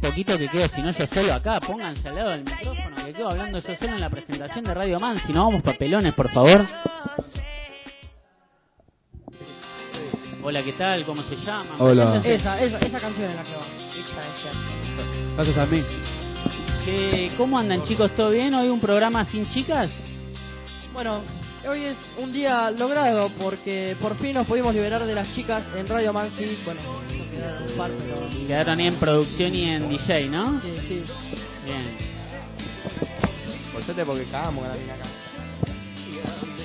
bajito que quedo, si no yo solo acá, pónganse al lado del micrófono que quedo hablando yo solo en la presentación de Radio Man, si no vamos papelones, por favor. Hola, ¿qué tal? ¿Cómo se llama? Hola. Preséntense. Esa, esa, esa canción es la que va. Esa, esa. Gracias a mí. ¿Qué- eh, ¿Cómo andan chicos? ¿Todo bien? ¿Hoy un programa sin chicas? Bueno, hoy es un día logrado porque por fin nos pudimos liberar de las chicas en Radio Mansi. Bueno, no quedaron un par, pero- Quedaron ahí en producción y en DJ, ¿no? Sí, sí. Bien. Por suerte porque cagamos con la mina acá.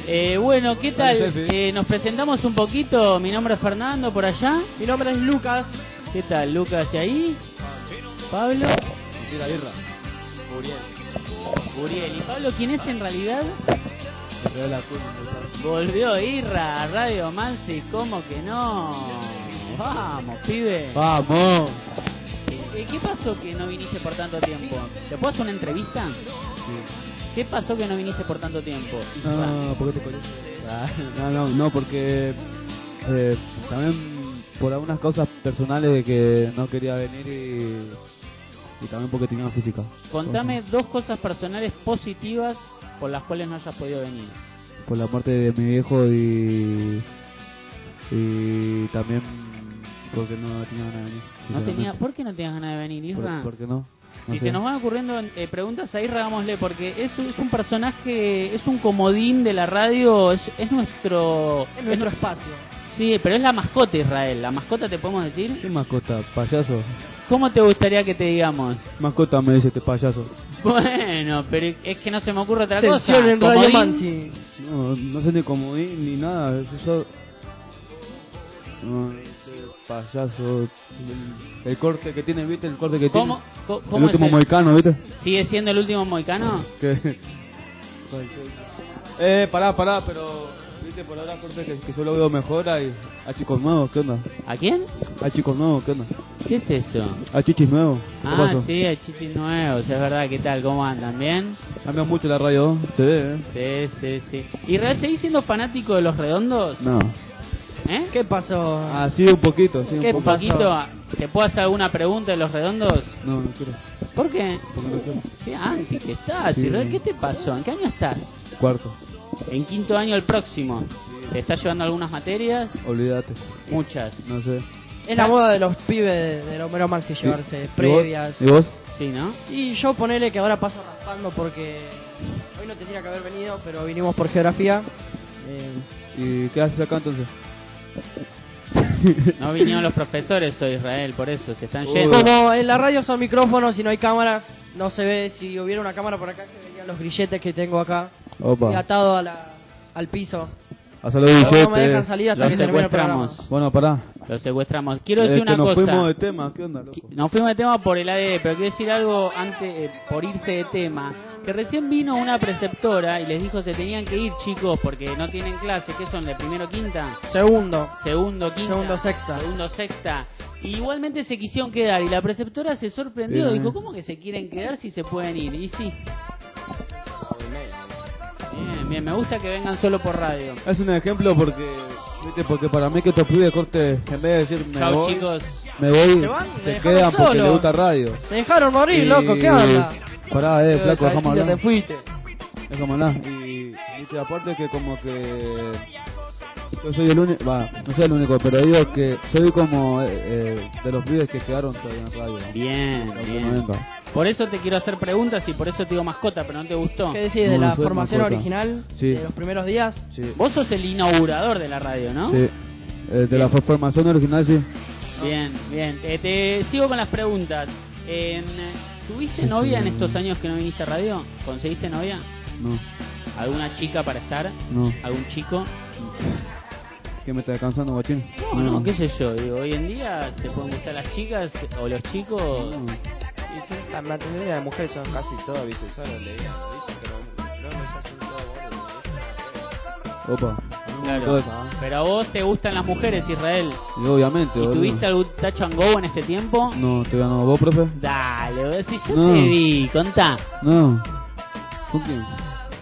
Eh, bueno, ¿qué Hola, tal? Steffi. Eh, nos presentamos un poquito. Mi nombre es Fernando, por allá. Mi nombre es Lucas. ¿Qué tal, Lucas? ¿Y ahí? Pablo. Y la birra. Muriel. Uriel. ¿Y Pablo quién es en realidad? Me quedó la culpa. Volvió Irra a Radio Mansi, ¿cómo que no? Vamos, pibe. Ah. Vamos. Eh, ¿Qué pasó que no viniste por tanto tiempo? ¿Te puedo hacer una entrevista? ¿Qué pasó que no viniste por tanto tiempo? Irra? No, ¿por qué te conoces? No, no, no, porque eh, también por algunas causas personales de que no quería venir y, y también porque tenía física. Contame dos cosas personales positivas por las cuales no hayas podido venir. Por la muerte de mi viejo y. y también porque no tenía ganas de venir. No tenía, sinceramente. ¿Por qué no tenías ganas de venir, Por- Isra? ¿Por qué no? No si sé. se nos van ocurriendo eh, preguntas a Isra, hagámosle, porque es, un- es un personaje, es un comodín de la radio, es, es nuestro... Es nuestro espacio. Sí, pero es la mascota, Israel. La mascota te podemos decir. ¿Qué mascota? ¿Payaso? ¿Cómo te gustaría que te digamos? Mascota me dice este payaso. Bueno, pero es que no se me ocurre otra Atención cosa. en Radio Comodín. Mansi. No, no sé ni cómo ir ni nada. eso Yo. No, ese payaso. El corte que tiene, ¿viste? El corte que ¿Cómo, tiene. co- El cómo es último el- moicano, ¿viste? ¿Sigue siendo el último moicano? Que- Eh, pará, pará, pero. ¿Viste? Por ahora corte que, que yo lo veo mejor. Hay, a chicos nuevos, ¿qué onda? ¿A quién? A chicos nuevos, ¿qué onda? ¿Qué es eso? A chichis nuevos. ¿Qué Ah, pasó? sí, a Chichis Nuevos, es verdad. ¿Qué tal? ¿Cómo andan? ¿Bien? Cambia mucho la radio, ¿eh? se ve, ¿eh? Sí, sí, sí. ¿Israel seguís siendo fanático de los redondos? No. ¿Eh? ¿Qué pasó? Así un poquito, sí, un ¿Qué Un poco. pasó? poquito, ¿te puedo hacer alguna pregunta de los redondos? No, no quiero. ¿Por qué? Porque no quiero. Qué anti que estás, Sí. Israel. ¿Qué te pasó? ¿En qué año estás? Cuarto, En quinto año el próximo. ¿Te estás llevando algunas materias? olvídate. Muchas. No sé. Es la moda de los pibes de Romero Mansi llevarse ¿Y- previas. ¿Y vos? Sí, ¿no? Y yo ponele que ahora paso raspando porque hoy no tendría que haber venido, pero vinimos por geografía. Eh, ¿Y qué haces acá entonces? No vinieron los profesores hoy, Israel, por eso se están Uy. yendo. como en la radio son micrófonos y no hay cámaras, no se ve. Si hubiera una cámara por acá, se verían los grilletes que tengo acá. Y Opa. atado a la- al piso. A saludar No me dejan salir hasta Los que termine el secuestramos. programa. Bueno, pará. Los secuestramos. Quiero Eh, decir que una nos cosa. fuimos de tema, ¿qué onda, loco? Nos fuimos de tema por el ADE, pero quiero decir algo antes, eh, por irse de tema. Que recién vino una preceptora y les dijo se tenían que ir, chicos, porque no tienen clase. ¿Qué son? ¿De primero quinta? Segundo. Segundo quinta. Segundo, sexta. Segundo sexta. Y igualmente se quisieron quedar y la preceptora se sorprendió. Bien. Dijo, ¿cómo que se quieren quedar si se pueden ir? Y sí. Por media. Bien, bien. Me gusta que vengan solo por radio. Es un ejemplo porque, viste, porque para mí que estos pibes corte, en vez de decir me Chao, voy, chicos. me voy, Se van, me se dejaron quedan porque solo. les gusta radio. Se dejaron morir, Y- loco, ¿qué onda? Pará, eh, flaco, Salchicha, dejamos hablar. te fuiste. Es como nada. Y, y aparte que como que... Yo soy el único, va, no soy el único, pero digo que soy como eh, eh, de los pibes que quedaron todavía en radio. Bien, Aunque no bien. venga. Por eso te quiero hacer preguntas y por eso te digo mascota, pero no te gustó. ¿Qué decís de No, la soy formación mascota. original? Sí. De los primeros días. Sí. Vos sos el inaugurador de la radio, ¿no? Sí. Eh, de la formación original, sí. Bien, bien. Eh, te sigo con las preguntas. En, ¿Tuviste Sí, novia en sí. estos años que no viniste a radio? ¿Conseguiste novia? No, ¿Alguna chica para estar? no. ¿Algún chico? ¿Qué me está cansando, guachín? No, no, qué sé yo. Digo, hoy en día te pueden gustar las chicas o los chicos. No. Y sí, la mayoría de mujeres son casi todas bisexuales, le digan, lo dicen, pero no nos hacen todo boludo. y eso es Opa. Claro. Pues, Pero a vos te gustan las mujeres, Israel. y obviamente, ¿Y boludo. tuviste algún touch and go en este tiempo? No, todavía no. ¿Vos, profe? Dale, vos decís, yo No. te vi, contá. No. ¿Con quién?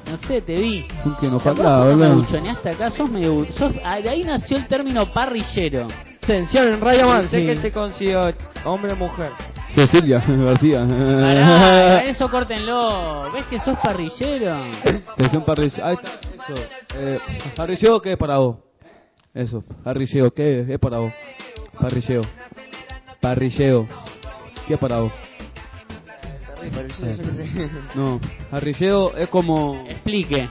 No sé, te vi. ¿Con quién? Ojalá, Capaz que no me boludo. buchoneaste acá, sos medio... bu- Sos, ah, de ahí nació el término parrillero. Atención en Radio lo Mansi. Sé que se consiguió hombre o mujer. Cecilia García. Ah. Pará, eh, eso córtenlo. ¿Ves que sos parrillero? Atención, parrillero. Ahí está, eso. Eh, parrillero, ¿qué es para vos? Eso, parrillero, ¿qué es? es para vos? Parrillero. Parrillero, ¿qué es para vos? No, parrillero es como... Explique.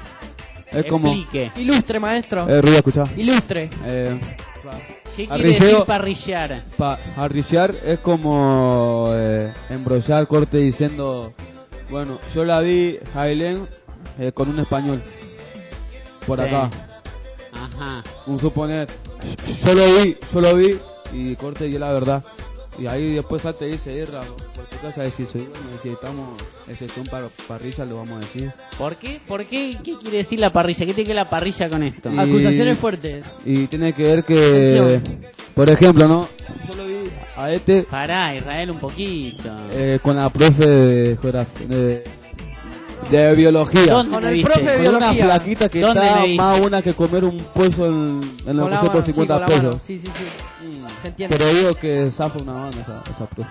Es como... Explique. Ilustre, maestro. Eh, ruido, escuchá. Ilustre. Eh, ¿Qué quiere parrillero- decir parrillar? Pa arriciar es como eh, embrollar, corte diciendo. Bueno, yo la vi, Jailén, eh, con un español. Por Sí. acá. Ajá. Un suponer. Yo lo vi, yo lo vi, y corte y es la verdad. Y ahí después salte y dice, Irra, por tu casa decís, soy bueno, si estamos excepción para parrilla, lo vamos a decir. ¿Por qué? ¿Por qué? ¿Qué quiere decir la parrilla? ¿Qué tiene que ver la parrilla con esto? Y- Acusaciones fuertes. Y tiene que ver que, Atención. por ejemplo, ¿no? Yo lo vi a este Pará, Israel, un poquito. Eh, con la profe de geografía, de, de biología. ¿Dónde Con me el viste? profe de Con una biología. flaquita que ¿Dónde está me viste? más buena que comer un pollo en, en la Con la noche por mano, sí, con 50 la mano. pesos. Mm. Sí, sí, sí. Se entiende. Pero digo que zafa una banda esa, esa profe.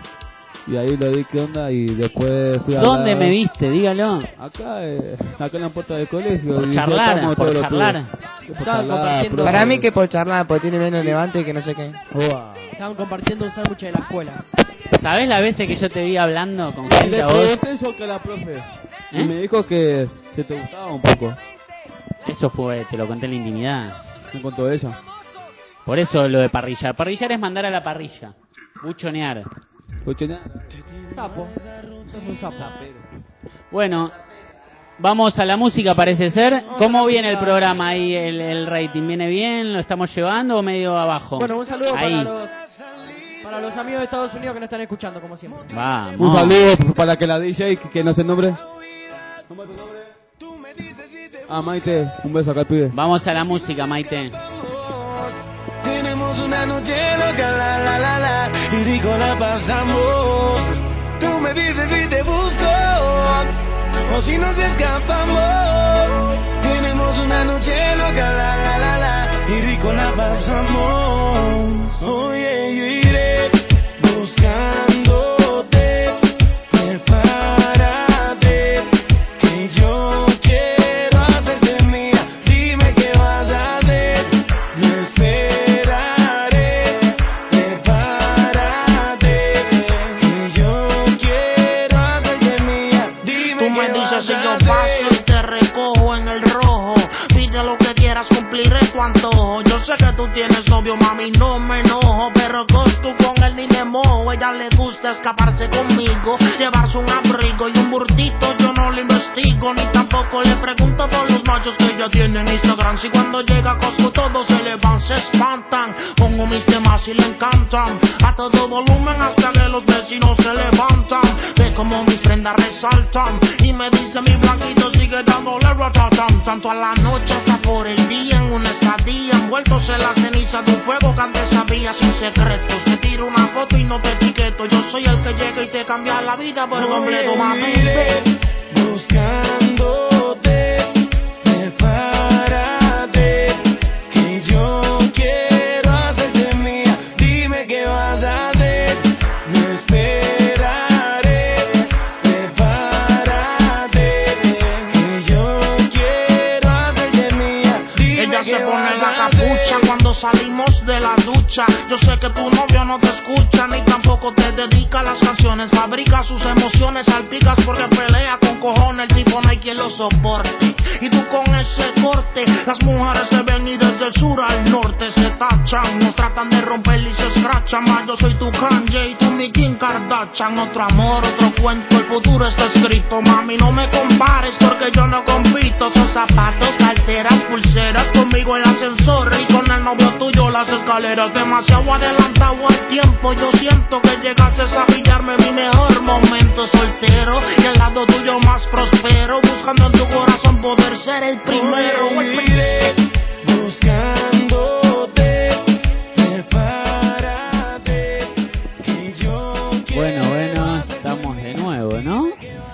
Y ahí le di qué onda y después fui a ¿Dónde hablar- me viste? Dígalo. Acá, eh, acá en la puerta del colegio. Por y charlar, saltamos por todos los charlar. pibes. Por Estaba charlar, compartiendo- profe. Para mí que por charlar, porque tiene menos levante que no sé qué. Uah. Estaban compartiendo un sándwich de la escuela. ¿Sabés las veces que yo te vi hablando con Y gente Le a vos? pregunté yo que la profe. ¿Eh? Y me dijo que, que te gustaba un poco. Eso fue, te lo conté en la intimidad. Me contó ella. Por eso lo de parrillar. Parrillar es mandar a la parrilla. Buchonear. Escuché nada. Sapo. Es un sapo. Bueno, vamos a la música parece ser. ¿Cómo viene el programa ahí, el, el rating? ¿Viene bien? ¿Lo estamos llevando o medio abajo? Bueno, un saludo para Ahí. los, para los amigos de Estados Unidos que nos están escuchando, como siempre. Vamos. Un saludo para que la DJ, que, que no se nombre. Ah, Maite, un beso acá al pibe. Vamos a la música, Maite. Tenemos una noche loca, la la la la, y rico la pasamos. Tú me dices si te busco o si nos escapamos. Tenemos una noche loca, la la la la, y rico la pasamos. Oye, yo iré buscándote, prepárate, que yo quiero hacerte mía. Dime qué vas a hacer, me esperaré, prepárate, que yo quiero hacerte mía. Dime Tú me qué dices vas si a yo hacer. paso y te recojo en el rojo. Pide lo que quieras, cumpliré tu antojo. Yo sé que tú tienes novio, mami, no me enojo. Pero tú con él ni me mojo. Ella le gusta escaparse conmigo, llevarse un abrigo y un burtito. Yo no lo investigo, ni tampoco le pregunto por los machos que ella tiene en Instagram. Si cuando llega a Costco todos se le van, se espantan. Pongo mis temas y le encantan. A todo volumen hasta que los vecinos se levantan. Ve como mis prendas resaltan. Y me dice mi blanquito sigue dándole ratatam. Tanto a la noche hasta por el día en una estadía. Envueltos en la ceniza de un fuego que antes sabía sin secretos. Te tiro una foto y no te etiqueto. Yo soy el que llega y te cambia la vida por completo, mami. Viviré Buscándote, prepárate, que yo quiero hacerte mía. Dime qué vas a hacer, me esperaré. Prepárate, que yo quiero hacerte mía. Dime Ella se qué pone vas la a hacer. capucha cuando salimos de la ducha. Yo sé que tu novio no te escucha, ni tampoco te dedica a las canciones. Fabrica sus emociones, salpicas porque pelea con cojones. El tipo no hay quien lo soporte. Y tú con ese corte, las mujeres se ven y desde el sur al norte se tachan. Nos tratan de romper y se escrachan. Mas yo soy tu Kanye y tú mi Kim Kardashian. Otro amor, otro cuento, el futuro está escrito. Mami, no me compares porque yo no compito. Son zapatos, carteras, pulseras. Conmigo el ascensor y con el novio tuyo las escaleras. Demasiado adelantado al tiempo. Yo siento que llegaste a pillarme mi mejor momento soltero. Y al lado tuyo más prospero. Buscando en tu corazón poder ser el primero. Hoy viviré buscándote, prepárate, que yo quiero Bueno, bueno, estamos de nuevo, ¿no?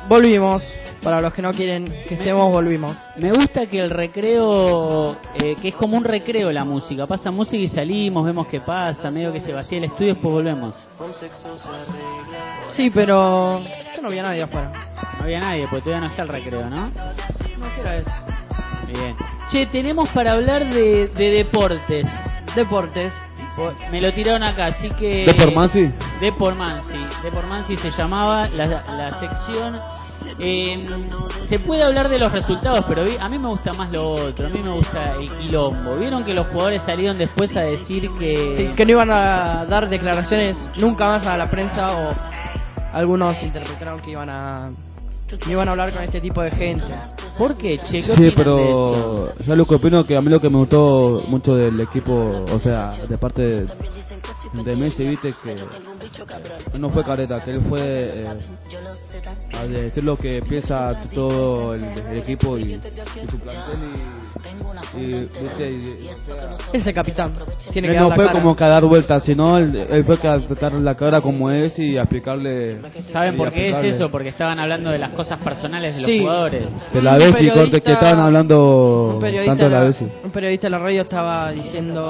Volvimos. Para los que no quieren que estemos, volvimos. Me gusta que el recreo, eh, que es como un recreo la música. Pasa música y salimos, vemos qué pasa, medio que se vacía el estudio, después volvemos. Sí, pero yo no vi a nadie afuera. No había nadie, porque todavía no está el recreo, ¿no? No ¿qué era eso? Bien. Che, tenemos para hablar de, de deportes. Deportes. Me lo tiraron acá, así que... ¿De por Mansi? De por Mansi. De por Mansi se llamaba la, la sección... Eh, se puede hablar de los resultados, pero vi- a mí me gusta más lo otro. A mí me gusta el quilombo. ¿Vieron que los jugadores salieron después a decir que... Sí, que no iban a dar declaraciones nunca más a la prensa o algunos interpretaron que iban a que iban a hablar con este tipo de gente. ¿Por qué, che? Sí, ¿Qué opinan de eso? pero yo lo que opino que a mí lo que me gustó mucho del equipo, o sea, de parte de, de Messi, viste que eh, no fue careta, que él fue eh, a decir lo que piensa todo el, el equipo y, y su plantel y, y, viste, y- o sea, Ese capitán tiene él que Eh, no dar la fue cara. como que a dar vueltas, sino él, él fue que a tratar la cara como es y aplicarle. ¿Saben y por qué es aplicarle. eso? Porque estaban hablando de las cosas personales de los Sí. jugadores. De la Un vez y periodista- corte que estaban hablando un periodista, tanto de la en la- vez. un periodista en la radio estaba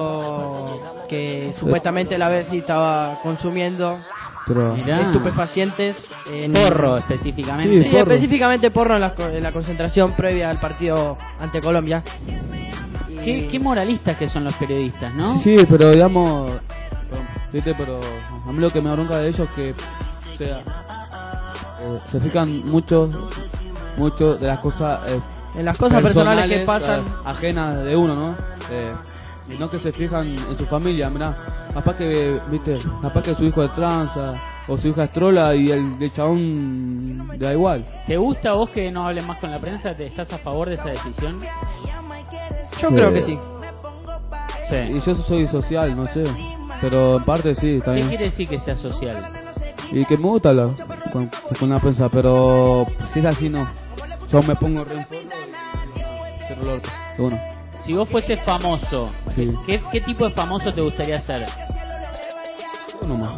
diciendo que supuestamente la Bessi estaba consumiendo Pero, Mirá. estupefacientes en Porro, Sí, específicamente. Sí, porro. específicamente porro en la, co- en la concentración previa al partido ante Colombia. Y- Qué, qué moralistas que son los periodistas, ¿no? Sí, pero digamos, viste, pero a mí lo que me bronca de ellos es que, o sea, eh, se fijan mucho, mucho de las cosas, eh, en las cosas personales, que pasan. eh, ajenas de uno, ¿no? Eh, y no que se fijan en su familia, mirá, capaz que, viste, capaz que su hijo es tranza o su hija es trola y el, el chabón le da igual. ¿Te gusta a vos que no hablen más con la prensa? ¿Te estás a favor de esa decisión? Yo creo que Eh, sí. Y yo soy social, no sé, pero en parte sí, ¿Qué también. quiere decir que sea social? y que me gusta hablar con, con la prensa, pero si es así no. Yo me pongo re en forma y cierro el orto. De uno. Si vos fueses famoso, Sí. ¿qué, qué tipo de famoso te gustaría ser? Uno más.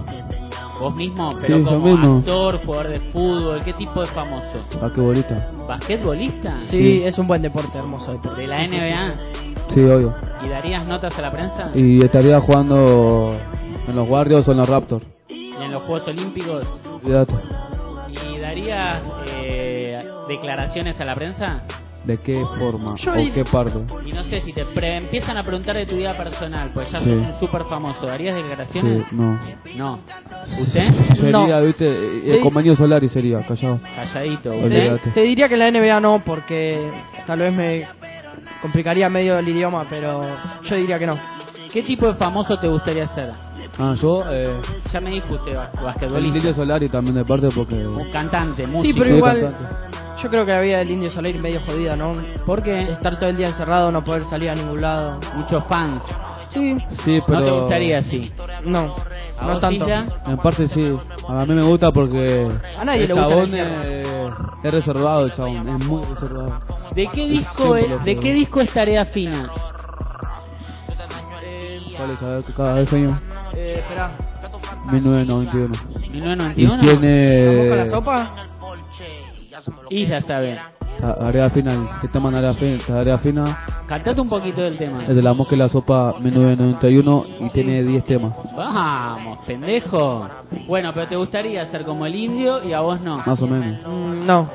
¿Vos mismo? Pero Sí, yo como mismo. actor, jugador de fútbol, ¿qué tipo de famoso? Ah, qué bonita. ¿Basquetbolista? Sí, es un buen deporte, hermoso deporte. ¿De la Sí, sí, sí, NBA? Sí, obvio. ¿Y darías notas a la prensa? Y estaría jugando en los Warriors o en los Raptors. ¿Y en los Juegos Olímpicos? Cuidado. ¿Y darías eh, declaraciones a la prensa? ¿De qué forma? Yo ¿O ir- qué parte? Y no sé si te pre- empiezan a preguntar de tu vida personal, pues ya Sí. sos un súper famoso. ¿Darías Sí, declaraciones? no. No. ¿Usted? Sería, No. viste, eh, Sí. el compañero Solari sería, callado. Calladito, sí. Olvidate. ¿usted? Te, te diría que la NBA no, porque tal vez me complicaría medio el idioma, pero yo diría que no. ¿Qué tipo de famoso te gustaría ser? Ah, yo, eh, Ya me dijo usted, bas- el basquetbolista. Lirio Solari también de parte porque... Un cantante, Sí, músico. pero Sí, igual yo creo que la vida del indio Solar es medio jodida, ¿no? ¿Por qué? Estar todo el día encerrado, no poder salir a ningún lado. Muchos fans. Sí, Sí, pero... No te gustaría así. no, ¿A no vos, tanto. Isla? En parte sí, a mí me gusta porque A nadie el le gusta chabón el eh, es reservado, el chabón, es muy reservado. ¿De qué disco Siempre es, lo de juego. qué disco es Tarea Fina? ¿Cuál es? A ver, cada vez año Eh, espera, 1991. Y 1991. ¿estamos con tiene la sopa? Isla sabe. a- área final, que tema área fina, área fina Cantate un poquito del tema. es de la mosca y la sopa 1991 y tiene 10 temas, Vamos, pendejo. Bueno, pero te gustaría ser como el indio y a vos no. más o menos. Mm, No,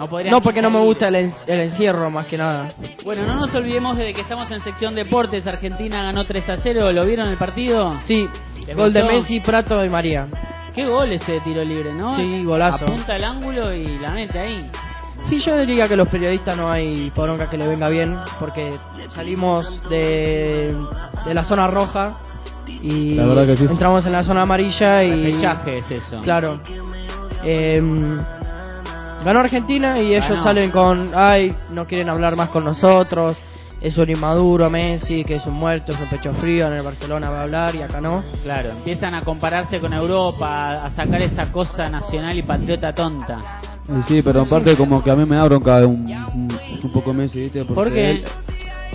No, podrías no porque no me salir. gusta el, en- el encierro más que nada. Bueno, no nos olvidemos de que estamos en sección deportes. Argentina ganó 3 a 0. ¿Lo vieron el partido? Sí, ¿Te gol de gustó? Messi, Prato y María. Qué gol ese de tiro libre, ¿no? Sí, golazo. Apunta el ángulo y la mete ahí. Sí, yo diría que los periodistas no hay poronca que le venga bien, porque salimos de, de la zona roja y La verdad que sí. entramos en la zona amarilla y... Repechaje es eso. Claro. Em, ganó Argentina y ellos Ganó. salen con, ay, no quieren hablar más con nosotros, es un inmaduro Messi, que es un muerto, es un pecho frío, en el Barcelona va a hablar y acá no. Claro, empiezan a compararse con Europa, a sacar esa cosa nacional y patriota tonta. Y sí, pero en parte como que a mí me da bronca un, un, un poco Messi, ¿viste? Porque ¿Por qué? él-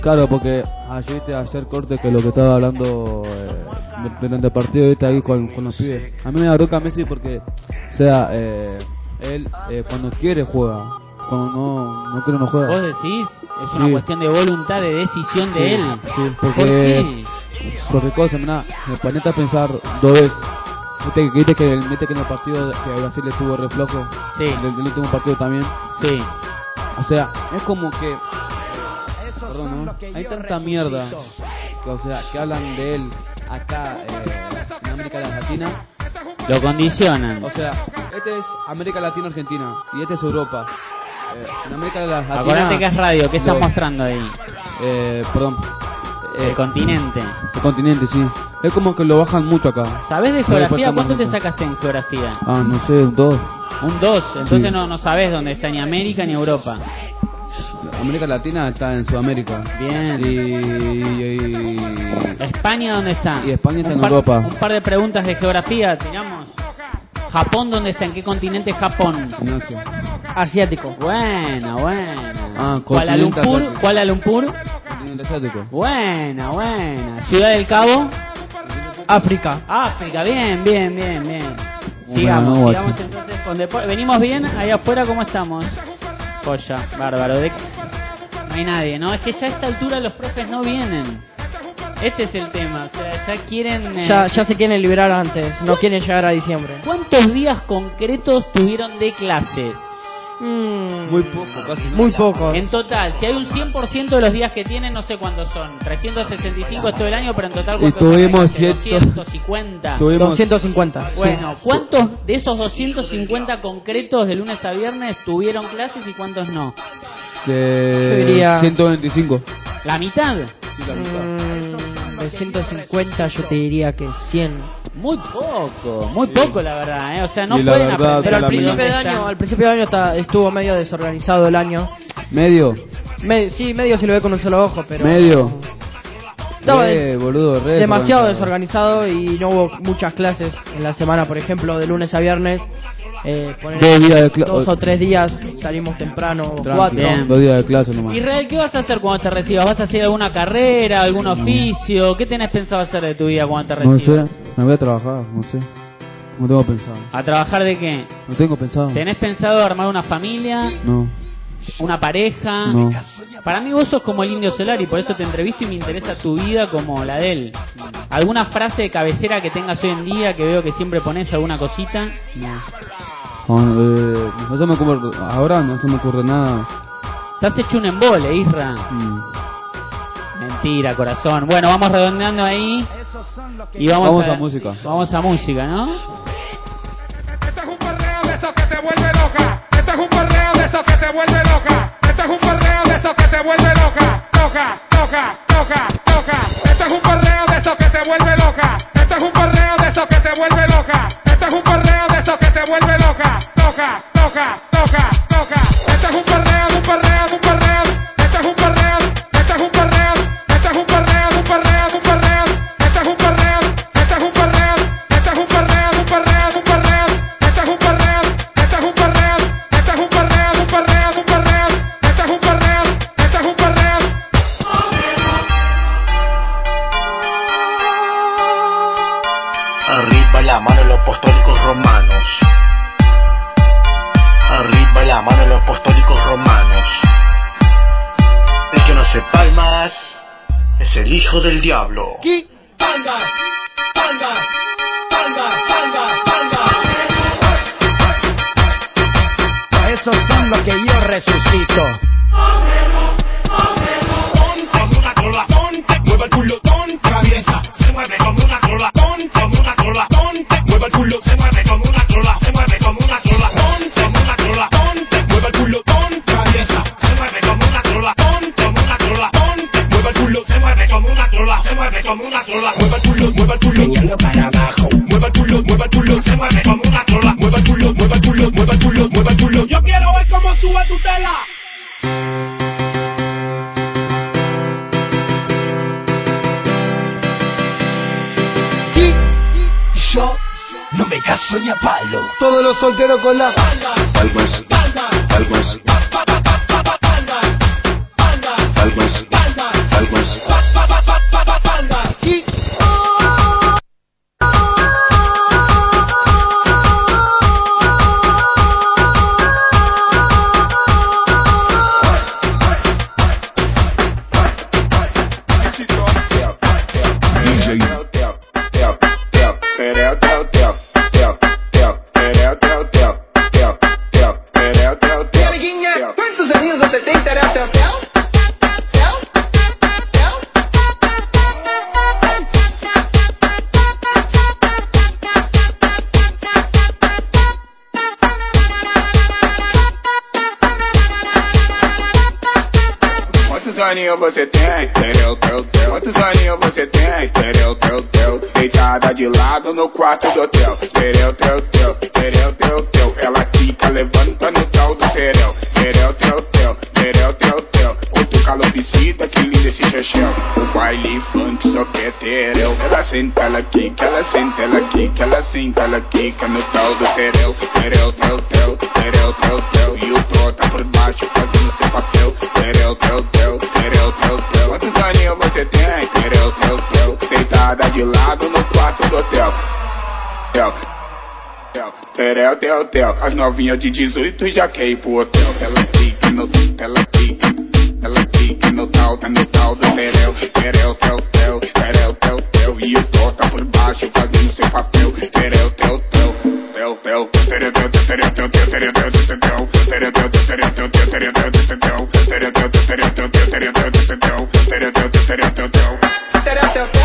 claro, porque ayer, ¿viste? ayer corte que lo que estaba hablando eh, durante el partido, ¿viste? Ahí con, con los pibes. A mí me da bronca Messi porque, o sea, eh, él eh, cuando quiere juega. Como no, no quiero no juega. Vos decís, es una Sí. cuestión de voluntad, de decisión Sí, de él. sí, ¿Por porque qué? porque cosa, mira, me ponete a pensar dos veces. Viste, viste que, viste que en el partido que Brasil le tuvo reflojo, Sí. en el, el último partido también. Sí, O sea, es como que. Perdón, ¿no? Hay tanta mierda que, o sea, que hablan de él acá eh, en América Latina. lo condicionan. O sea, este es América Latina Argentina y este es Europa. Eh, en América Latina. Acordate que es radio, ¿qué estás los- mostrando ahí? Eh, perdón. Eh, El continente. el continente, sí. Es como que lo bajan mucho acá. ¿Sabés de No, después geografía? estamos ¿Cuánto te en- sacaste en geografía? Ah, no sé, dos. Un 2, entonces Sí. no, no sabes dónde está ni América ni Europa. América Latina está en Sudamérica. Bien. Y, y- ¿España dónde está? Y España está Un en par- Europa. Un par de preguntas de geografía, tiramos. ¿Japón dónde está? ¿En qué continente es Japón? en Asia. Asiático. Buena, buena. Ah, Kuala continente Lumpur, asiático. Kuala Lumpur. Continente asiático. Buena, buena. Ciudad del Cabo, África. África. Bien, bien, bien, bien. Muy Sigamos, buena, sigamos Nahuatl. entonces con deporte. ¿Venimos bien? Ahí afuera, ¿cómo estamos? Joya, bárbaro. De- No hay nadie, ¿no? Es que ya a esta altura los profes no vienen. Este es el tema, o sea, ya quieren... eh, Ya, ya se quieren liberar antes, no quieren llegar a diciembre. ¿Cuántos días concretos tuvieron de clase? Mm, Muy poco, casi nada. Muy poco. En total, si hay un 100% de los días que tienen, no sé cuántos son. 365 es todo el año, pero en total Y ¿cuántos son de tuvimos clase? ciento- 250. Tuvimos 250. Bueno, ¿cuántos de esos 250 concretos de lunes a viernes tuvieron clases y cuántos no? eh, Yo diría- 125. La mitad. Sí, la mitad. Mm, de 150 yo te diría que 100. Muy poco, muy poco la verdad, ¿eh? O sea, no Y la pueden verdad, aprender. Pero Pero al al la principio de ¿Dónde año, están? al principio de año está- estuvo medio desorganizado el año. Medio. Me- sí, medio se lo ve con un solo ojo, pero Medio. Estaba Eh, de- boludo, re demasiado desorganizado y no hubo muchas clases en la semana, por ejemplo, de lunes a viernes. Eh, poner Dos días de cla- dos o tres días, salimos temprano, o Tranqui, cuatro. Bien. Dos días de clase nomás. Israel, ¿qué vas a hacer cuando te recibas? ¿Vas a hacer alguna carrera, algún oficio? ¿Qué tenés pensado hacer de tu vida cuando te No recibas? sé, me voy a trabajar, no sé. No tengo pensado. ¿A trabajar de qué? No tengo pensado. ¿Tenés pensado armar una familia? No, ¿Una pareja? no. Para mí vos sos como el Indio Solar y por eso te entrevisto y me interesa tu vida como la de él. ¿Alguna frase de cabecera que tengas hoy en día que veo que siempre pones alguna cosita? No, eh, no se me ocurre, ahora no se me ocurre nada. Te has hecho un embole, Isra. Mm. Mentira, corazón. Bueno, vamos redondeando ahí. Y vamos, Vamos a música. Vamos a música, ¿no? Este es un perreo de esos que te vuelve loca. Este es un perreo de esos que te vuelve loca. Este es un perreo de esos que te vuelve loca. Loca, loca, loca, loca. Este es un perreo de esos que te vuelve loca. Este es un perreo de esos que te vuelve loca. Este es un perreo de esos que te vuelve loca. Loca, loca, loca, loca. Este es un perreo, de un perreo, de un perreo. Este es un perreo, este es un perreo. Este es un perreo, de un perreo, de un perreo. Este es un perreo, este es un perreo. Este es un perreo, de un perreo, de un perreo. Este es un perreo, este es un perreo. Este es un perreo, de un perreo, de un perreo. Este es un perreo, este es un perreo. Arriba la mano los apostólicos romanos. Arriba la mano los apostólicos romanos. El que no hace palmas es el hijo del diablo. Esos son los que yo resucito. Como una cola, tonta, mueve el culo, tonta, atraviesa. Se mueve como una cola, tonta, como una cola, tonta, mueve el culo. Se mueve como una cola, se mueve como una cola, tonta, como una cola, tonta, mueve el culo, tonta, atraviesa. Se mueve como una cola, tonta, como una cola, tonta, mueve el culo. Se mueve como una cola, se mueve como una cola, mueve el culo, mueve el culo. Mirando para abajo. Mueve el culo, mueve el culo, se mueve como una cola, mueve el culo, mueve el culo, mueve el culo, mueve el culo. Yo quiero ver cómo sube tu tela. Yo no me caso ni a palo. Todos los solteros con la palmas, palmas, palmas, palmas, palmas, palmas, palmas. designinho você tem? Teu, teu, teu. Quanto designinho você tem? Teu, teu, teu. Deitada de lado no quarto do hotel. Teu, teu, teu. Teu, teu, teu. Ela fica levantando o tal do tereu. Teu, teu, teu. Teu, teu, teu. Outro calopsita que linda esse chechel. O baile funk só quer tereu. Ela senta, ela quica, ela senta, ela quica, ela senta, ela quica no tal do tereu. Tereu, teu, teu. Tereu, teu, teu. E o trota por baixo fazendo seu papel. Tereu, teu, teu, tereu, teu, teu. Quantos aninhos você tem? Tereu, teu, teu. Deitada de lado no quarto do hotel. Hotel. Hotel. Tereu, teu, teu. As novinhas de 18 já quer ir pro hotel. Ela fica no, ela fica. Ela fica no tal, tá no tal do tereu. Tereu, teu, teu. Tereu, teu, teu. E o trota por baixo fazendo seu papel. Tereu, teu, teu. Teu, teu. Tereu, teu, teu, tereu, teu, teu, tereu, teu, teu, teu, teu. Tereu, teu, teu, tereu, teu, teu, tereu, teu, teu, teu, teu. Tereu, teu, teu, tereu, teu, teu, tereu, teu, teu, teu, teu. Tereu, teu, teu, tereu, teu, teu.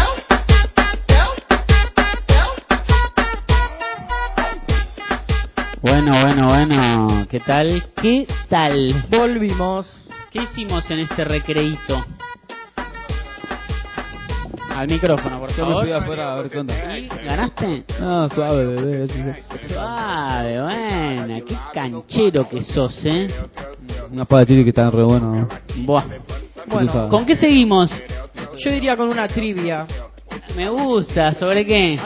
Bueno, bueno, bueno. ¿Qué tal? ¿Qué tal? Volvimos. ¿Qué hicimos en este recreíto? Al micrófono, por Yo me fui favor. afuera a ver qué onda. ¿Y ganaste? No, suave, bebé. eso es- Suave, buena. Qué canchero que sos, ¿eh? Una espada de tiro que están re buenos. ¿no? Buah. Tú sabes. Bueno, ¿Con qué seguimos? yo diría con una trivia. Me gusta. ¿Sobre qué?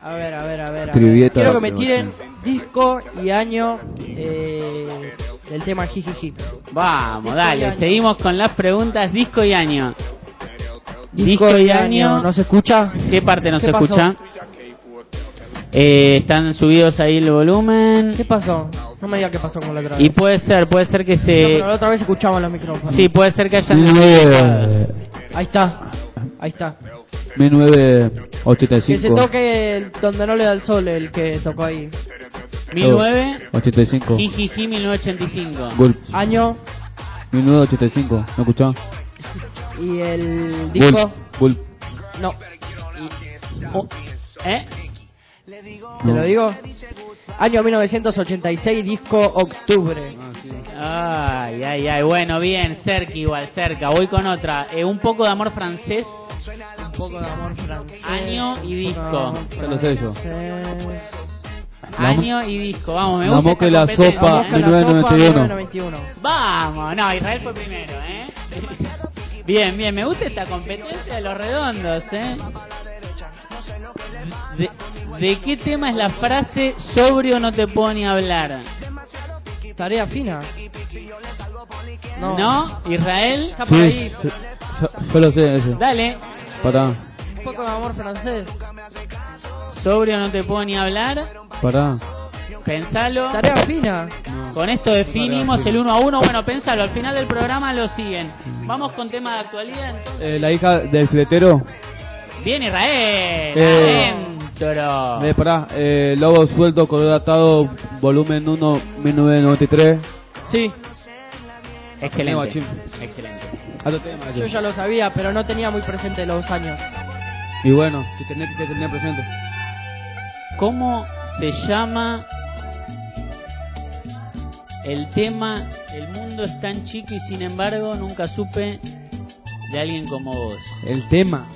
A ver, a ver, a ver. a ver. Trivieta Quiero que de me tiren disco y año eh, del tema Jijiji. Vamos, Disco y dale. año. Seguimos con las preguntas. Disco y año. ¿No se escucha? ¿Qué parte no ¿Qué se pasó? escucha? Eh, están subidos ahí el volumen. ¿Qué pasó? No me diga qué pasó con la otra vez. Y puede ser, puede ser que No, se... pero la otra vez escuchamos los micrófonos. Sí, puede ser que hayan... 1985. Ahí está. Ahí está. Que se toque el- donde no le da el sol, el que tocó ahí. 1900... 85. Jijiji 1985. Gulp. Año 1985. ¿No escuchás? y el disco. Gulp. Gulp. No. Oh, ¿Eh? ¿Te lo digo? Año 1986, disco Octubre. Ay, ay, ay. Bueno, bien, cerca igual, cerca. Voy con otra. Eh, un poco de amor francés. Un poco de amor francés. Año y un poco de disco. amor Ya lo sé yo. francés. La mo- Año y disco. Vamos, me La gusta. moca esta y la competencia. sopa. Vamos con la 1991. Copa 1991. Vamos, no, Israel fue primero, ¿eh? Bien, bien, me gusta esta competencia de los redondos, ¿eh? ¿De, de qué tema es la frase sobrio no te puedo ni hablar? Tarea fina. ¿No? Israel, Está por Sí, ahí. yo, yo- yo lo sé ese. dale. Pará, Un poco de amor francés. Sobrio no te puedo ni hablar. pará. Pensalo. Tarea fina. Con esto definimos el uno a uno. Bueno, pensalo, al final del programa lo siguen. Vamos con tema de actualidad. entonces. Eh, la hija del fletero. Bien, Israel. Eh, adentro. Eh, pará. Eh, Lobo suelto, color atado, volumen 1, 1993. Sí, Excelente. Guachín. Excelente. Alto tema, yo. yo ya lo sabía, pero no tenía muy presente los años. Y bueno, que tenés que tener presente. ¿Cómo se llama el tema El mundo es tan chico y sin embargo nunca supe de alguien como vos? El tema.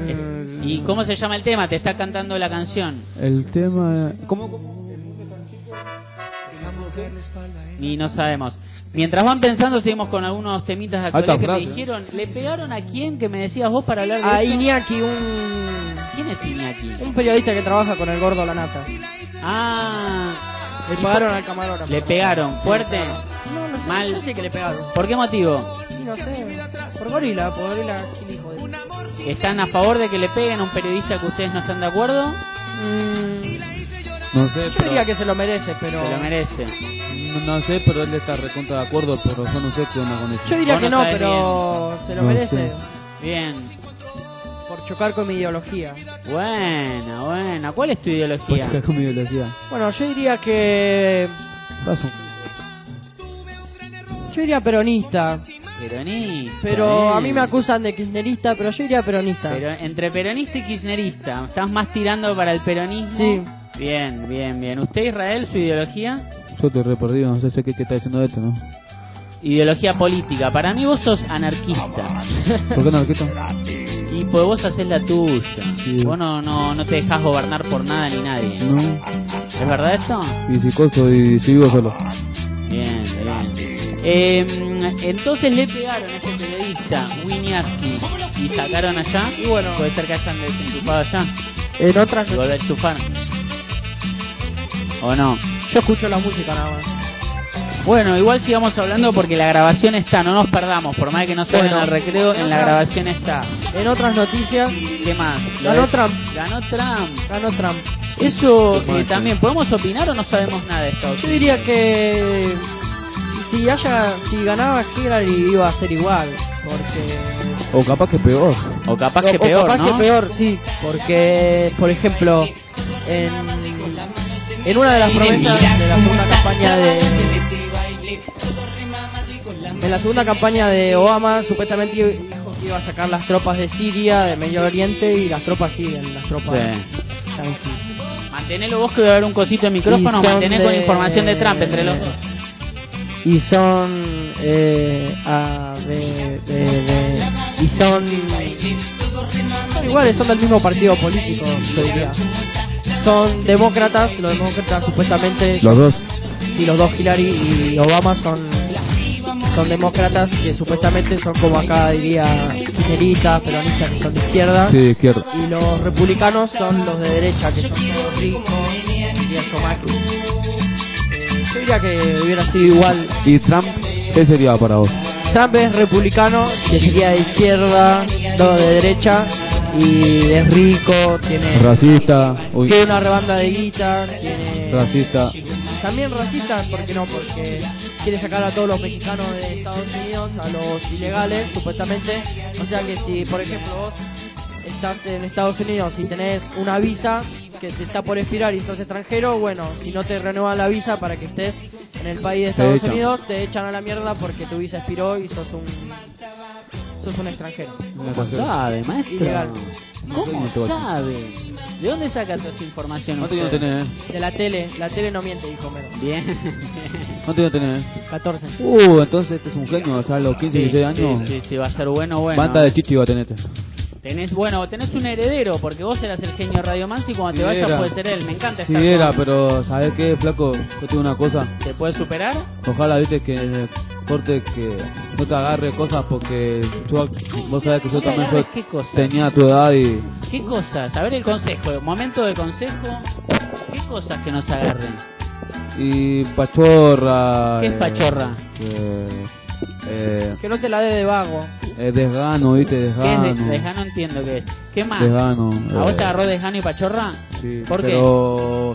Eh, ¿Y cómo se llama el tema? Te está cantando la canción. El tema. ¿Cómo? Y no sabemos. Mientras van pensando, seguimos con algunos temitas de actualidad Alta que me frase, ¿eh? dijeron. ¿Le pegaron a quién que me decías vos para hablar de A eso? Iñaki, un, ¿Quién es Iñaki? un periodista que trabaja con el gordo Lanata. Ah, Le pagaron al camarógrafo. le pegaron. ¿Fuerte? No, no sé, Mal. yo sé que le pegaron. ¿Por qué motivo? Sí, no sé. Por gorila, por gorila, ¿quién dijo eso? ¿Están a favor de que le peguen a un periodista que ustedes no están de acuerdo? No sé, Mm. Yo pero. diría que se lo merece, pero... Se lo merece. No, no sé, pero él está recontra de acuerdo, pero yo no sé qué onda con eso. Yo diría Vos que no no, sabés pero se lo No merece sé. Bien. por chocar con mi ideología. Buena, buena. ¿Cuál es tu ideología? Pues, con mi biología. Bueno, yo diría que... Paso. Yo diría peronista, Peronista. pero bien. a mí me acusan de kirchnerista, pero yo diría peronista. Pero entre peronista y kirchnerista, ¿estás más tirando para el peronismo? Sí. Bien, bien, bien. ¿Usted, Israel, su ideología? Yo estoy re perdido, este, no sé, sé qué, qué está diciendo esto, ¿no? Ideología política. Para mí vos sos anarquista. ¿Por qué no lo quito? y pues vos haces la tuya. Sí. Vos no, no, no te dejás gobernar por nada ni nadie. No. ¿Es verdad eso? Y si coso y si vivo solo. Bien, bien. Eh, entonces le pegaron a ese periodista, Winiaski, y sacaron allá. Y bueno, puede ser que hayan desenchufado allá. En otras, Y volver a enchufar. ¿O no? yo escucho la música nada más. Bueno, igual sigamos hablando porque la grabación está, no nos perdamos. Por más que no salgan Bueno. al recreo, en la grabación está. En otras noticias, ¿Qué más? Lo Ganó de- Trump. Ganó Trump. ganó Trump. Eso Bueno, eh, sí. también, ¿podemos opinar o no sabemos nada de esto? Yo diría que si haya, si ganaba Hillary iba a ser igual, porque O capaz que peor. O capaz o- que o peor, capaz ¿no? que peor, sí, porque por ejemplo en, en una de las promesas de la segunda campaña de en la segunda campaña de Obama supuestamente dijo que iba a sacar las tropas de Siria, de Medio Oriente y las tropas siguen, las tropas. Sí. yanquis. Mantenelo vos que va a haber un cosito de micrófono, Y son mantené con de- información de Trump entre los dos. y son eh, ah, de, de- de- y son son iguales son del mismo partido político yo diría son demócratas los demócratas supuestamente Los dos. y los dos Hillary y Obama son son demócratas que supuestamente son como acá diría kirchneristas peronistas que son de izquierda Sí, de izquierda. y los republicanos son los de derecha, que son todos ricos, Díaz o Macri. Eh, Yo diría que hubiera sido igual. Y Trump, ¿qué sería para vos? Trump es republicano, que sería de izquierda, no de derecha, y es rico, tiene, Racista. Uy, tiene una rebanda de guita, tiene... racista. También racista, ¿por qué no? Porque quiere sacar a todos los mexicanos de Estados Unidos, a los ilegales, supuestamente. O sea que si, por ejemplo, vos estás en Estados Unidos y tenés una visa que te está por expirar y sos extranjero, bueno, si no te renuevan la visa para que estés en el país de Te Estados echan. Unidos, te echan a la mierda porque tu visa expiró y sos un sos un extranjero. ¿Cómo Ah, sabe, maestro? Ilegal. ¿Cómo No, no, no. sabe? ¿De dónde saca toda esta información? ¿Cuánto dinero usted? tenés? eh? De la tele, la tele no miente, dijo Homero. Bien. ¿Cuánto dinero tenés? eh? 14. Uh, entonces este es un genio. Hasta los 15, 16 años. Sí, sí, sí, va a ser bueno, bueno. Banda de chichi va a tenerte. Tenés, bueno, tenés un heredero, porque vos eras el genio de Radio Mansi y cuando te Sí vayas era. puede ser él. Me encanta Sí estar era, con- pero ¿sabes qué, flaco? Yo tengo una cosa. ¿Te puede superar? Ojalá, viste, que en el corte que no te agarre cosas porque yo- vos sabés que yo No te también agarres soy- qué cosas. tenía tu edad y... ¿Qué cosas? A ver el consejo, momento de consejo. ¿Qué cosas que nos agarren? Y pachorra. ¿Qué es eh, pachorra? eh, eh, Que no te la dé de vago. eh, desgano, viste, ¿Qué desgano. es de- desgano? Entiendo que es. ¿Qué más? Desgano, ¿A vos eh. te agarró desgano y pachorra? Sí, ¿Por pero...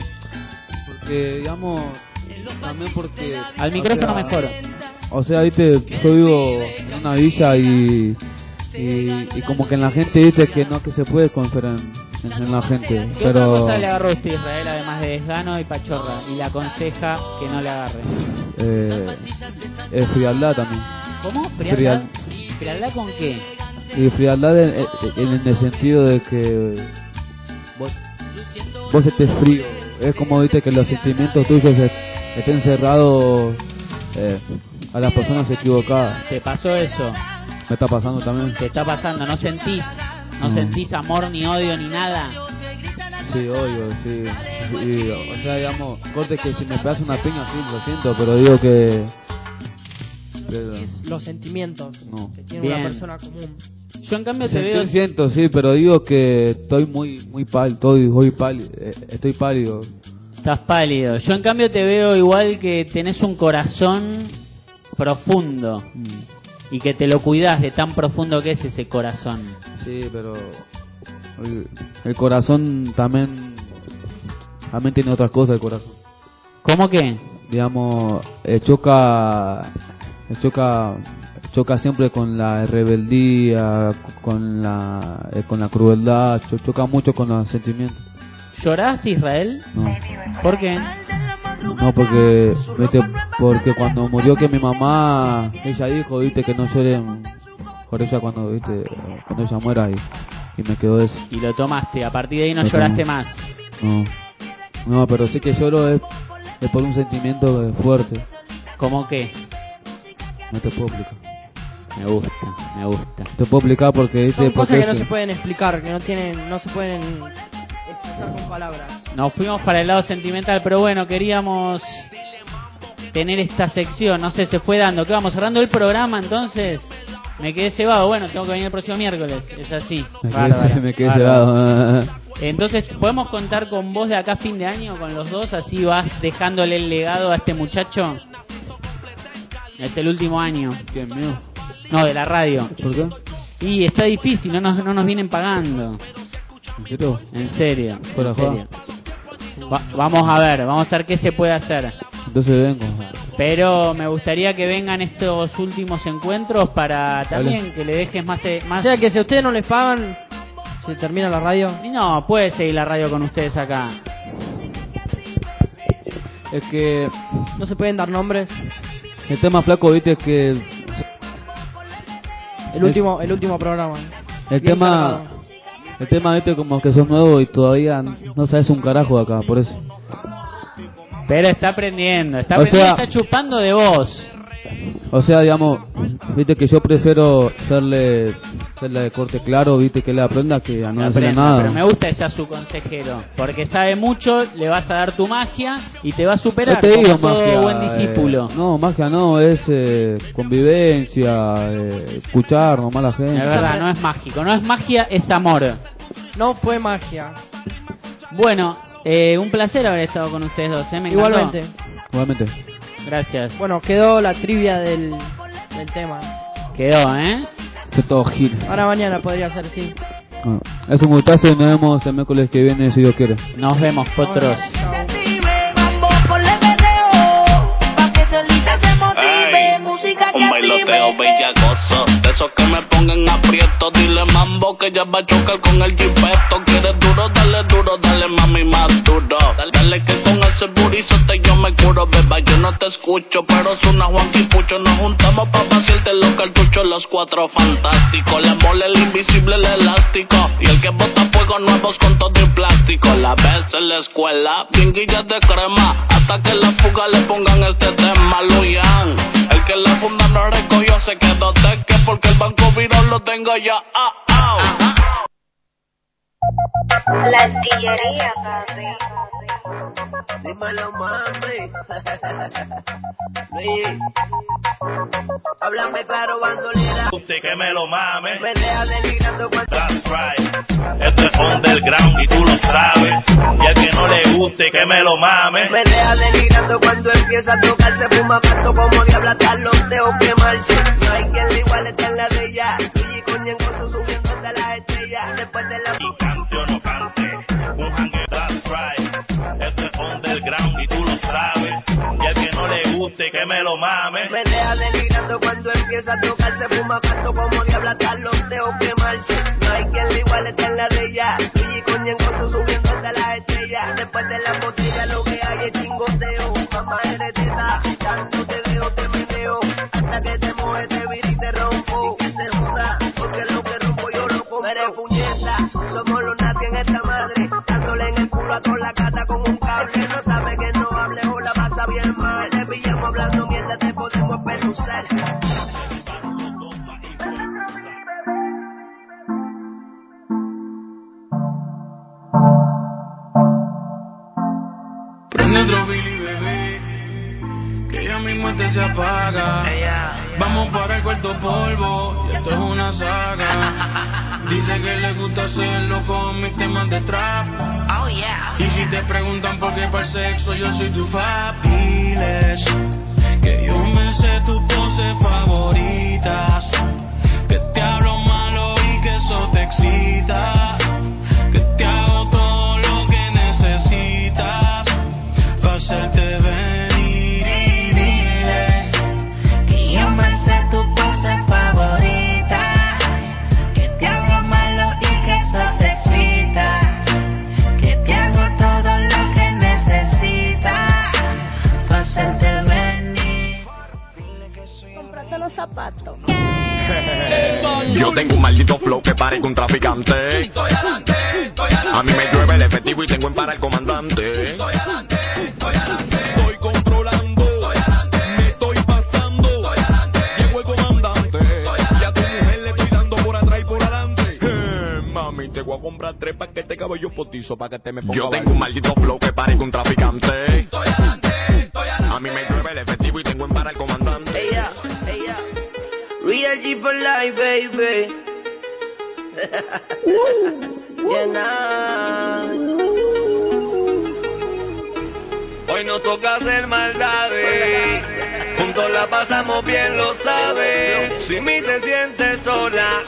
Porque, digamos, también porque... qué? Al micrófono o sea, mejor. O sea, viste, yo vivo en una villa y... Y, y como que en la gente viste que no que se puede confiar en, en- en la gente ¿Qué otra pero cosa le agarró usted a Israel además de desgano y pachorra? Y le aconseja que no le agarre. eh, eh, frialdad también ¿Cómo? ¿Frialdad? ¿Frialdad con qué? Y frialdad en, en- en el sentido de que vos, vos estés frío. Es como viste que los sentimientos tuyos est- estén cerrados eh, a las personas equivocadas. ¿Te pasó eso? Me está pasando también. ¿Te está pasando? ¿No sentís? ¿No No. sentís amor, ni odio, ni nada? Sí, obvio, sí. Sí, o sea, digamos, corte que si me pegas una piña, sí, lo siento, pero digo que... pero- Los sentimientos No. que tiene Bien. una persona común. Yo en cambio te veo... Sentir siento, sí, pero digo que estoy muy muy pálido, estoy, hoy pálido, eh, estoy pálido. Estás pálido. Yo en cambio te veo igual que tenés un corazón profundo Mm. y que te lo cuidás de tan profundo que es ese corazón. Sí, pero el, el corazón también también tiene otras cosas el corazón. ¿Cómo que? Digamos, eh, choca eh, choca choca siempre con la rebeldía, con la eh, con la crueldad, cho- choca mucho con los sentimientos. ¿Llorás, Israel? No, ¿Por qué? No, porque viste, porque cuando murió que mi mamá, ella dijo, viste que no lloren por ella cuando viste cuando ella muera y, y me quedó eso. Y lo tomaste. A partir de ahí no Lo lloraste tomé. más. No, Mm. no, pero sí que lloro es, es por un sentimiento eh, fuerte. ¿Cómo que? No te puedo explicar. Me gusta, me gusta. No te puedo explicar porque dice. Son cosas porque que no es se pueden explicar, que no tienen, no se pueden expresar con palabras. Nos fuimos para el lado sentimental, pero bueno, queríamos tener esta sección. No sé, se fue dando. ¿Qué vamos? Cerrando el programa entonces. Me quedé cebado. Bueno, tengo que venir el próximo miércoles. Es así. Me quedé- Bárbara, me quedé bárbara. cebado. Entonces, ¿podemos contar con vos de acá a fin de año, con los dos? Así vas dejándole el legado a este muchacho. Es el último año. ¿Quién mío? No, de la radio. ¿Por qué? Y está difícil, no nos, no nos vienen pagando. ¿En serio? En serio. Fuera en joda. serio. Va- vamos a ver, vamos a ver qué se puede hacer. Entonces vengo. Pero me gustaría que vengan estos últimos encuentros para también que le dejes más... eh, O más... sea que si a ustedes no les pagan, se termina la radio. No, puede seguir la radio con ustedes acá. Es que No se pueden dar nombres. el tema flaco, viste, es que. El último, el último programa. El Bien tema. cargado. El tema, viste, como que sos nuevo y todavía no sabes un carajo acá, por eso. Pero está aprendiendo, está O aprendiendo, sea- está chupando de vos. O sea, digamos, viste que yo prefiero serle, serle de corte claro, viste, que le aprenda que a no hacerle Aprenda, nada. Pero me gusta que sea su consejero, porque sabe mucho, le vas a dar tu magia y te va a superar No te como Este digo todo magia. buen discípulo. eh, no, magia no, es eh, convivencia, eh, escuchar nomás a la gente. Es verdad, no es mágico, no es magia, es amor. No fue magia. Bueno, eh, un placer haber estado con ustedes dos, ¿eh? Me encantó. Igualmente. Igualmente. Gracias. Bueno, quedó la trivia del, del tema. Quedó, ¿eh? Esto es todo gil. Ahora mañana podría ser, sí. Bueno, es un gustazo y nos vemos el miércoles que viene si Dios quiere. Nos vemos, potros. Chao. Vamos, ponle perreo, pa' que solita se motive, Ay, música que Un bailoteo active. bellagoso, de esos que me pongan aprieto. Dile mambo que ya va a chocar con el jipeto. Quieres duro, dale duro, dale mami más duro. Dale, dale que con ese burizote yo me curo, beba. Yo no te escucho, pero suena Juan Pucho. Nos juntamos pa' vaciarte los cartuchos, los cuatro fantásticos. Le mole el invisible, el elástico. Y el que bota fuego nuevos con todo y plástico. La ves en la escuela, bien guillas de crema. Hasta que la fuga le pongan este tema, Luyan. El que la funda no recogió se quedó que porque el banco viró lo tengo ya. Ah, ah. Dímelo, mami. Oye, háblame claro, bandolera. Usted que me lo mame. Me deja delirando cuando That's right. Esto es underground y tú lo sabes. Y al que no le guste que me lo mame. Me deja delirando cuando empieza a tocarse Fuma pasto como diabla hasta los dedos quemarse No hay quien le igual está en la de ella Y con Ñengoso subiendo hasta las estrellas Después de la... Y cante o no cante, un hangue, that's right. Esto es underground y tú lo sabes. Y al que no le guste que me lo mame. Me deja delirando cuando empieza a tocarse Fuma pasto como diabla hasta los dedos quemarse No hay quien le igual está en la de ella Y con Ñengoso subiendo hasta las estrellas Después de la botella lo que hay es chingoteo Mamá eres teta, tanto te veo, te meneo Hasta que te mojes, te viro y te rompo Y que se joda, porque lo que rompo yo lo compro Eres puñeta, somos los nazi en esta madre Dándole en el culo a toda la cata con un cable El que no sabe que no hable o la pasa bien mal Te pillamos hablando mierda, te podemos pelucir Prende otro Billy, bebé, que ya mismo este se apaga. Vamos para el cuarto polvo, y esto es una saga. Dice que le gusta hacerlo con mis temas de trap. Y si te preguntan por qué para el sexo, yo soy tu fab. Diles que yo me sé tus poses favoritas. Que te hablo malo y que eso te excita. Que te hago todo lo que necesitas. Pa' hacerte venir y dile Que yo me sé tu pose favorita Que te hago malo y que eso te excita Que te hago todo lo que necesitas Para hacerte venir Comprate los zapatos Yo tengo un maldito flow que parezco un traficante. Estoy adelante, estoy adelante. A mí me llueve el efectivo y tengo en para el comandante. Estoy adelante, estoy adelante. Estoy controlando. Estoy adelante. Me estoy pasando. Estoy adelante. Eh, pues yo potizo para que te me ponga Yo tengo un maldito flow que parezco un traficante. Estoy adelante, estoy adelante. A mí me llueve el efectivo y tengo en para el comandante. Ella, ella. Real G for life, baby. Bien, ah. Hoy nos toca hacer maldades. Juntos la pasamos bien, lo sabes. Si mi te sientes sola, hoy